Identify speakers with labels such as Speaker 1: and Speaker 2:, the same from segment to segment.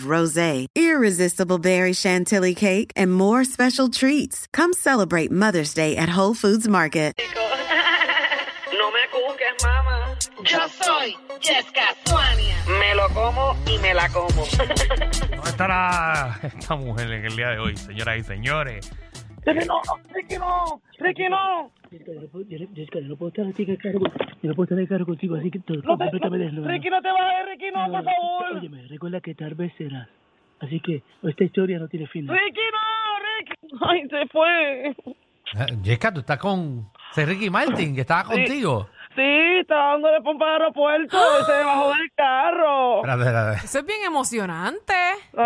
Speaker 1: rosé, irresistible berry chantilly cake, and more special treats. Come celebrate Mother's Day at Whole Foods Market.
Speaker 2: No me juzgues, mamá.
Speaker 3: Yo soy Jessica Suania.
Speaker 2: Me lo como y me la como.
Speaker 4: ¿Dónde estará esta mujer en el día de hoy, señoras y señores?
Speaker 5: Ricky no, Ricky no, Ricky no.
Speaker 6: Jessica, yo no puedo, yo no- Jessica, yo no puedo estar así en el carro, con- yo no puedo estar en el carro contigo, así que todo
Speaker 5: No te-
Speaker 6: completamente
Speaker 5: no-
Speaker 6: desnudo.
Speaker 5: Ricky no te vayas, Ricky no, por favor. Ricky
Speaker 6: Óyeme, recuerda que tal vez serás. Así que esta historia no tiene fin.
Speaker 5: no, Ricky. Ay, se fue.
Speaker 7: Ah, Jessica, tú estás con ese Ricky Martin, que estaba contigo.
Speaker 5: Sí, estaba dándole pompa al aeropuerto y se bajó del carro.
Speaker 7: Espérate, espérate.
Speaker 8: Eso es bien emocionante.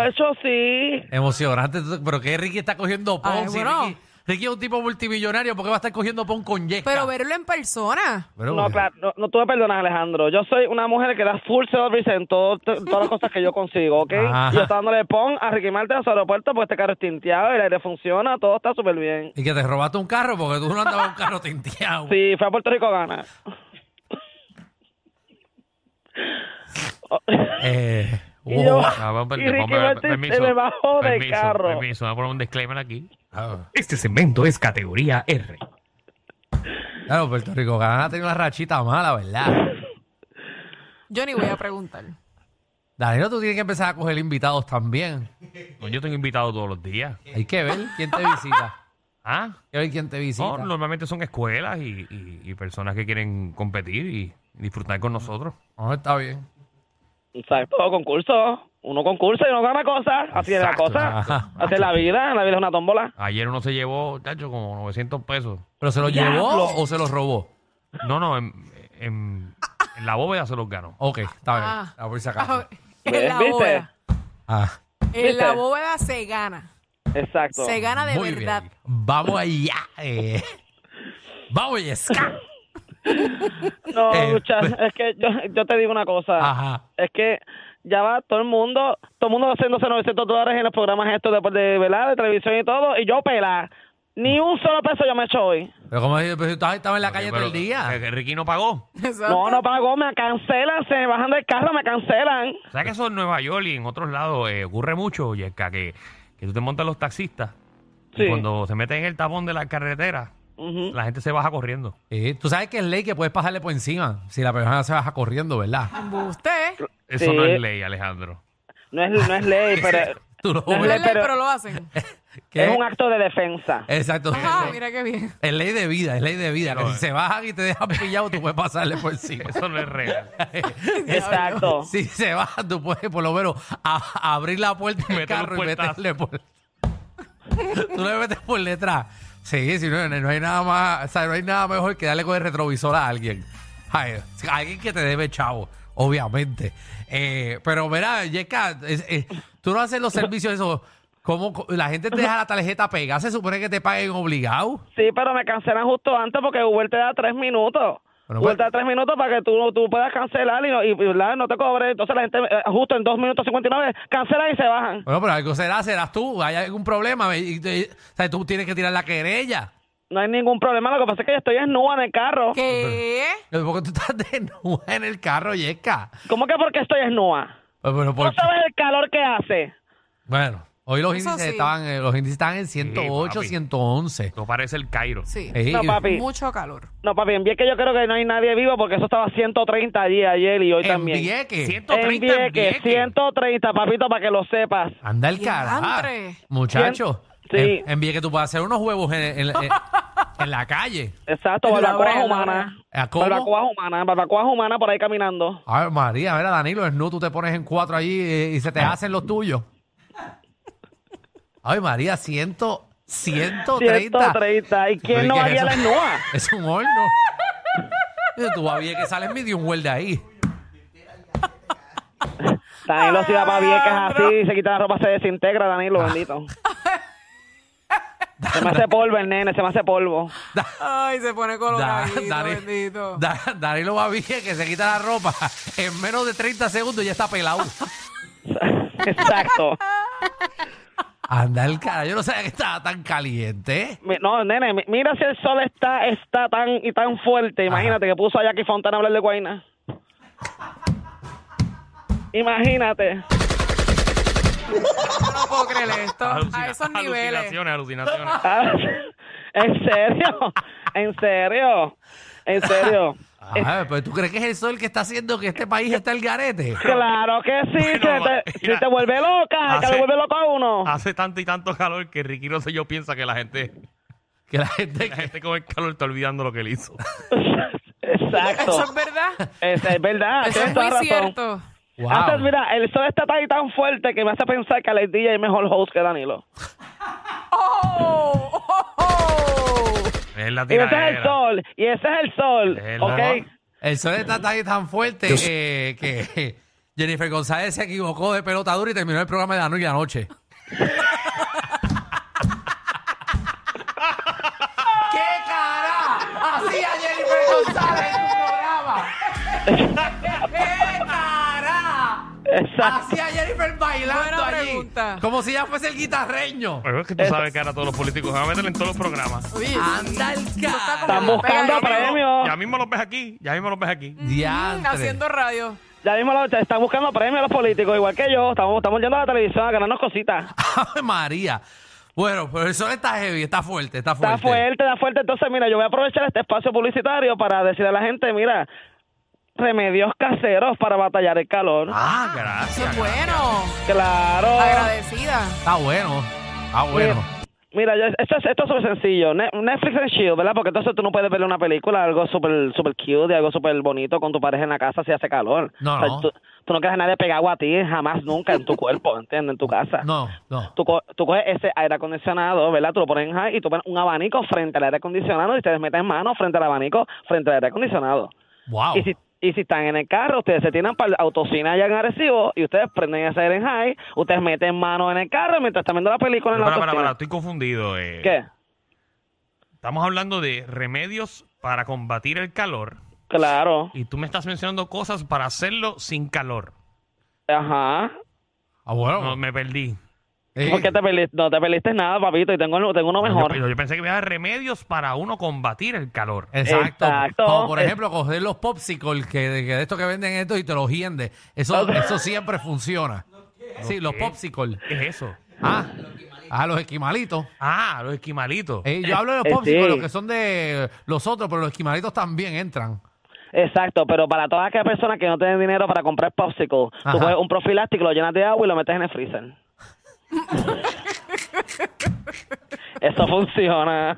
Speaker 5: Eso sí.
Speaker 7: Emocionante. tú- Pero que Ricky está cogiendo pon.
Speaker 8: Ay,
Speaker 7: Si
Speaker 8: bueno.
Speaker 7: Ricky, Ricky es un tipo multimillonario, ¿por qué va a estar cogiendo pon con Jessica?
Speaker 8: Pero verlo en persona.
Speaker 7: Pero-
Speaker 5: No, claro, Ah, no, no tú me perdonas, Alejandro. Yo soy una mujer que da full service en todo, to- todas las cosas que yo consigo, ¿ok?
Speaker 7: Ajá.
Speaker 5: Y Yo estaba dándole pon a Ricky Martin a su aeropuerto porque este carro es tinteado, el aire funciona, todo está súper bien.
Speaker 7: Y que te robaste un carro porque tú no andabas un carro tinteado.
Speaker 5: Sí, fue a Puerto Rico gana.
Speaker 7: Eh, wow.
Speaker 5: Y yo-
Speaker 4: Ah, vamos,
Speaker 5: Y
Speaker 4: per-
Speaker 5: Ricky
Speaker 4: vamos, per-
Speaker 5: Martin se me bajó del
Speaker 4: permiso,
Speaker 5: carro.
Speaker 4: Permiso, vamos a poner un disclaimer aquí.
Speaker 7: Ah,
Speaker 4: Este segmento es categoría R.
Speaker 7: Claro, Puerto Rico Canadá ha tenido una rachita mala, ¿verdad?
Speaker 8: Yo ni voy a preguntar.
Speaker 7: Danilo, tú tienes que empezar a coger invitados también.
Speaker 4: No, Yo tengo invitado todos los días.
Speaker 7: Hay que ver quién te visita.
Speaker 4: ¿Ah?
Speaker 7: Hay que ver quién te visita.
Speaker 4: No, normalmente son escuelas y, y- y personas que quieren competir y disfrutar con nosotros.
Speaker 7: No, está bien.
Speaker 5: Exacto, concurso. Uno concursa y uno gana cosas. Así es la
Speaker 4: Exacto,
Speaker 5: cosa.
Speaker 7: ajá.
Speaker 5: Así es la vida. La vida es una tómbola.
Speaker 4: Ayer uno se llevó, chacho, como 900 pesos.
Speaker 7: ¿Pero se lo llevó o se lo robó?
Speaker 4: No, no, en, en- en la bóveda se los ganó.
Speaker 7: Ok, está bien.
Speaker 8: Ah.
Speaker 7: Ah, por si acaso.
Speaker 8: Ah, En
Speaker 5: ¿Ves?
Speaker 8: la
Speaker 5: ¿Viste?
Speaker 8: bóveda.
Speaker 7: Ah,
Speaker 8: En la
Speaker 5: ¿Viste?
Speaker 8: bóveda se gana.
Speaker 5: Exacto.
Speaker 8: Se gana de
Speaker 7: muy
Speaker 8: verdad.
Speaker 7: bien. Vamos allá. eh. Vamos, Jessica.
Speaker 5: No,
Speaker 7: Eh,
Speaker 5: Lucha,
Speaker 7: pues-
Speaker 5: es que yo, yo te digo una cosa.
Speaker 7: Ajá.
Speaker 5: Es que ya va todo el mundo, todo el mundo haciéndose 900 dólares en los programas estos de, de velar, de televisión y todo, y yo pela. Ni un solo peso yo me echo hoy.
Speaker 7: Pero como dije, pues, estaba estaba en la calle todo el día.
Speaker 4: Eh, Ricky no pagó.
Speaker 8: Eso-
Speaker 5: No, no pago, me cancelan, se me bajan del carro, me cancelan.
Speaker 4: ¿Sabes que eso en Nueva York y en otros lados eh, ocurre mucho, Yesca? Que, que tú te montas los taxistas y
Speaker 5: Sí.
Speaker 4: cuando se meten en el tapón de la carretera,
Speaker 5: Ujú.
Speaker 4: la gente se baja corriendo.
Speaker 7: Eh, tú sabes que es ley que puedes pasarle por encima si la persona se baja corriendo, ¿verdad?
Speaker 8: Ah, Embuste.
Speaker 4: Eso
Speaker 5: Sí.
Speaker 4: no es ley, Alejandro.
Speaker 5: No es, no es ley, pero
Speaker 7: Tú lo
Speaker 5: No,
Speaker 8: No
Speaker 5: Hombre,
Speaker 8: es ley,
Speaker 5: pero-
Speaker 8: pero lo hacen.
Speaker 7: ¿Qué?
Speaker 5: es un acto de defensa.
Speaker 7: Exacto.
Speaker 8: Ajá, Ah, mira qué bien.
Speaker 7: Es ley de vida, es ley de vida. Que si se bajan y te dejan pillado, tú puedes pasarle por encima.
Speaker 4: Eso no es real.
Speaker 7: eh,
Speaker 5: Exacto.
Speaker 7: Si se bajan, tú puedes por lo menos a- abrir la puerta del
Speaker 4: Meter
Speaker 7: carro y
Speaker 4: un puertazo.
Speaker 7: meterle por... tú le metes por detrás. Sí, si no, no hay nada más... O sea, no hay nada mejor que darle con el retrovisor a alguien. Ay, a alguien que te debe chavo, obviamente. Eh, pero mira, Yeka, es- es- tú no haces los servicios eso... ¿Cómo co- la gente te deja la tarjeta pegada? ¿Se supone que te paguen obligado?
Speaker 5: Sí, pero me cancelan justo antes porque Uber te da tres minutos. Uber
Speaker 7: Bueno, bueno.
Speaker 5: te da tres minutos para que tú, tú puedas cancelar y no, y, y, ¿verdad? no te cobre. Entonces la gente eh, justo en dos minutos 59 cancelan y se bajan.
Speaker 7: Bueno, pero algo será, serás tú. Hay algún problema. Y- y- y- o sea, tú tienes que tirar la querella.
Speaker 5: No hay ningún problema. Lo que pasa es que yo estoy desnuda en el carro.
Speaker 8: ¿Qué?
Speaker 7: ¿Por qué tú estás desnuda en el carro, Yesca?
Speaker 5: ¿Cómo que porque estoy desnuda?
Speaker 7: Pues, Bueno,
Speaker 5: ¿No
Speaker 7: por-
Speaker 5: sabes el calor que hace?
Speaker 7: bueno, hoy los
Speaker 8: Eso
Speaker 7: índices,
Speaker 8: sí.
Speaker 7: estaban, eh, los índices estaban en 108,
Speaker 4: papi.
Speaker 7: 111.
Speaker 4: Esto parece el Cairo.
Speaker 8: Sí.
Speaker 7: Ey,
Speaker 5: No, papi.
Speaker 8: Mucho calor.
Speaker 5: No, papi, en Vieques yo creo que no hay nadie vivo porque eso estaba 130 allí ayer y hoy
Speaker 7: en
Speaker 5: también.
Speaker 7: Vieques.
Speaker 4: 130
Speaker 5: en
Speaker 4: en
Speaker 5: Vieques,
Speaker 4: Vieques.
Speaker 5: 130, papito, para que lo sepas.
Speaker 7: Anda el
Speaker 8: Diantre.
Speaker 7: carajo. Muchachos,
Speaker 5: Sí.
Speaker 7: en, en Vieques tú puedes hacer unos huevos en, en- en- en la calle.
Speaker 5: Exacto,
Speaker 8: La hora,
Speaker 5: barbacoas
Speaker 8: la
Speaker 5: humanas.
Speaker 7: ¿A cómo?
Speaker 5: Barbacoas humanas, barbacoas humanas por ahí caminando.
Speaker 7: A ver, María, mira, Danilo, es tú te pones en cuatro allí eh, y se
Speaker 5: Ah.
Speaker 7: te hacen los tuyos. Ay, María, ciento, ciento treinta.
Speaker 5: 130. ¿Y quién no
Speaker 7: ¿Pero
Speaker 5: va
Speaker 7: y
Speaker 5: a
Speaker 7: qué
Speaker 5: ir
Speaker 7: es
Speaker 5: a la
Speaker 7: eso?
Speaker 5: NUA?
Speaker 7: Es un horno. Mira, Tú vas bien que sales medio un huel de ahí.
Speaker 5: Danilo si va para viejas así, se quita la ropa, se desintegra, Danilo, bendito. Se me hace polvo el nene, se me hace polvo.
Speaker 8: Ay, se pone
Speaker 7: Da-
Speaker 8: coloradito,
Speaker 7: Dani-
Speaker 8: bendito.
Speaker 7: Da- Danilo va bien que se quita la ropa. En menos de 30 segundos ya está pelado.
Speaker 5: Exacto.
Speaker 7: Anda el cara, yo no sabía que estaba tan caliente.
Speaker 5: Mi- No, nene, mi- mira si el sol está está tan y tan fuerte. Imagínate que puso a Jackie Fontana a hablar de Guayna. Imagínate.
Speaker 8: No puedo creer esto.
Speaker 4: Alucina-
Speaker 8: A esos niveles.
Speaker 4: Alucinaciones, alucinaciones.
Speaker 5: Ah, ¿En serio? ¿En serio? ¿En serio? Eh.
Speaker 7: Ah, pero ¿tú crees que es el sol que está haciendo que este país está el garete?
Speaker 5: Claro que sí,
Speaker 4: Bueno,
Speaker 5: si, te, si
Speaker 4: mira.
Speaker 5: te vuelve loca, que
Speaker 4: Hace- Ah.
Speaker 5: le vuelve loco a uno.
Speaker 4: Hace tanto y tanto calor que Ricky Rosselló piensa que la gente,
Speaker 7: Que la gente...
Speaker 4: la gente con el calor está olvidando lo que él hizo.
Speaker 8: Eso
Speaker 5: Exacto.
Speaker 8: es verdad.
Speaker 5: Es, es verdad,
Speaker 8: Eso es
Speaker 5: tienes toda
Speaker 8: muy
Speaker 5: razón.
Speaker 8: cierto.
Speaker 7: Wow.
Speaker 5: Hace- mira, el sol está tan, y tan fuerte que me hace pensar que Alex DJ es mejor host que Danilo.
Speaker 8: ¡Oh! ¡Oh! oh.
Speaker 4: Es la
Speaker 5: Y ese es el
Speaker 4: tiradera.
Speaker 5: sol, y ese es el sol,
Speaker 4: El
Speaker 5: ¿ok?
Speaker 4: sol.
Speaker 7: El sol está tan, tan fuerte eh, que Jennifer González se equivocó de pelota dura y terminó el programa de la noche y la noche. ¿Qué cara hacía Jennifer González en tu programa? ¿Qué cara
Speaker 5: Exacto.
Speaker 7: hacía Jennifer bailando
Speaker 8: Buena
Speaker 7: allí?
Speaker 8: pregunta.
Speaker 7: Como si ella fuese el guitarreño.
Speaker 4: Pero es que tú sabes que ahora todos los políticos se van a meter en todos los
Speaker 7: Ah,
Speaker 4: programas.
Speaker 8: Oye,
Speaker 7: Anda el
Speaker 5: Están
Speaker 7: cara.
Speaker 5: buscando
Speaker 8: Pega, pega.
Speaker 5: premios.
Speaker 4: Ya mismo los ves aquí, ya mismo los ves aquí.
Speaker 8: mm, haciendo radio.
Speaker 5: Ya mismo lo, están buscando premios los políticos, igual que yo. Estamos, estamos yendo a la televisión a ganarnos cositas.
Speaker 7: Ave María. Bueno, pero el sol está heavy, está fuerte, está fuerte.
Speaker 5: Está fuerte, está fuerte. Entonces, mira, yo voy a aprovechar este espacio publicitario para decirle a la gente, mira, remedios caseros para batallar el calor.
Speaker 7: Ah,
Speaker 8: Eso
Speaker 7: gracias.
Speaker 8: es bueno.
Speaker 5: Oh. Claro.
Speaker 8: Agradecida.
Speaker 7: Está bueno. Está bueno.
Speaker 5: Mira, yo- esto es esto es súper sencillo. Ne- Netflix and chill, ¿verdad? Porque entonces tú no puedes ver una película, algo súper super cute, algo súper bonito con tu pareja en la casa si hace calor.
Speaker 7: No, no.
Speaker 5: Tú, tú no quieres a nadie pegado a ti jamás, nunca, en tu cuerpo, ¿entiendes? En tu casa.
Speaker 7: No, no.
Speaker 5: Tú, co- tú coges ese aire acondicionado, ¿verdad? Tú lo pones en high y tú pones un abanico frente al aire acondicionado y ustedes meten mano frente al abanico, frente al aire acondicionado.
Speaker 7: Wow.
Speaker 5: Y si, y si están en el carro, ustedes se tiran para la autocina allá en Arecibo y ustedes prenden ese aire en high, ustedes meten mano en el carro mientras están viendo la película en la
Speaker 4: Para, para,
Speaker 5: autocina.
Speaker 4: para, estoy confundido. eh.
Speaker 5: ¿Qué?
Speaker 4: Estamos hablando de remedios para combatir el calor
Speaker 5: Claro.
Speaker 4: y tú me estás mencionando cosas para hacerlo sin calor.
Speaker 5: Ajá.
Speaker 7: Ah, bueno.
Speaker 4: No, me perdí.
Speaker 7: Eh,
Speaker 5: ¿Por qué te perdiste? No te perdiste nada, papito, y tengo, tengo uno mejor.
Speaker 4: Yo, yo pensé que me daba remedios para uno combatir el calor.
Speaker 7: Exacto.
Speaker 5: Exacto.
Speaker 7: Como por
Speaker 5: Es-
Speaker 7: ejemplo, coger los popsicles que, que de estos que venden estos y te los hiende. Eso, eso siempre funciona. Sí, los popsicles.
Speaker 4: ¿Qué es eso?
Speaker 7: Ah, ah, los esquimalitos.
Speaker 4: Ah, los esquimalitos.
Speaker 7: Eh, yo hablo de los
Speaker 5: Eh, sí.
Speaker 7: popsicles, los que son de los otros, pero los esquimalitos también entran.
Speaker 5: Exacto, pero para todas aquellas personas que no tienen dinero para comprar popsicle,
Speaker 7: Ajá.
Speaker 5: tú coges un profiláctico, lo llenas de agua y lo metes en el freezer. Eso funciona.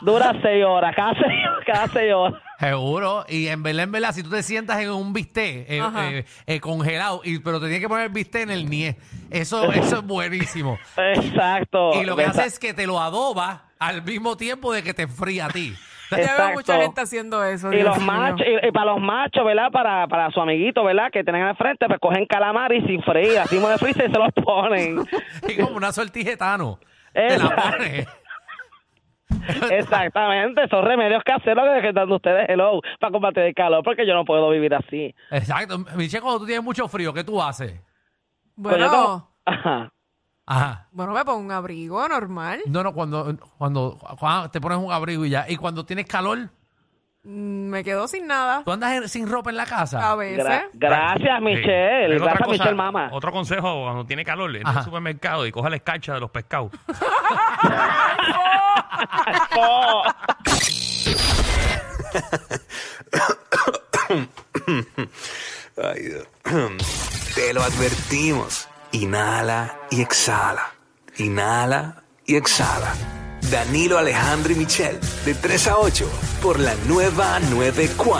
Speaker 5: Dura seis horas, cada seis, cada seis horas.
Speaker 7: Seguro. Y en Belén, verdad, si tú te sientas en un bistec eh,
Speaker 8: Ajá.
Speaker 7: eh, eh, congelado, y, pero te tienes que poner el bistec en el nie. Eso, eso es buenísimo.
Speaker 5: Exacto.
Speaker 4: Oh,
Speaker 7: Y lo que hace
Speaker 5: Esa-
Speaker 7: es que te lo adoba al mismo tiempo de que te enfría a ti.
Speaker 8: Ya veo mucha
Speaker 5: Exacto.
Speaker 8: gente haciendo eso.
Speaker 5: Y
Speaker 8: Dios
Speaker 5: los
Speaker 8: mío.
Speaker 5: machos, y, y para los machos, ¿verdad? Para, para su amiguito, ¿verdad? Que tienen al frente, pues cogen calamares sin freír, así mismo de freezer y se los ponen.
Speaker 7: Es como una sortigetano. Te la
Speaker 5: Exacto.
Speaker 7: pones.
Speaker 5: Exactamente, son remedios caseros que están dando ustedes, hello, para combatir el calor, porque yo no puedo vivir así.
Speaker 7: Exacto. Michelle, cuando tú tienes mucho frío, ¿qué tú haces?
Speaker 5: Pues yo tengo-
Speaker 8: Bueno,
Speaker 5: Ajá.
Speaker 7: Ajá.
Speaker 8: bueno, me pongo un abrigo normal.
Speaker 7: No, no, cuando, cuando, cuando te pones un abrigo y ya. Y cuando tienes calor,
Speaker 8: Mm, Me quedo sin nada.
Speaker 7: ¿tú andas en- sin ropa en la
Speaker 8: A
Speaker 7: casa?
Speaker 8: veces.
Speaker 5: Gra- gracias, Michelle.
Speaker 4: Tengo otra
Speaker 5: Gracias,
Speaker 4: cosa,
Speaker 5: Michelle, mamá.
Speaker 4: Otro consejo cuando tiene calor, en
Speaker 7: Ajá.
Speaker 4: el supermercado y coja la escarcha de los pescados.
Speaker 5: Oh,
Speaker 9: Ay, Dios. Te lo advertimos. Inhala y exhala. Inhala y exhala.
Speaker 8: Danilo Alejandro y Michel, de 3 a 8, por la nueva 94.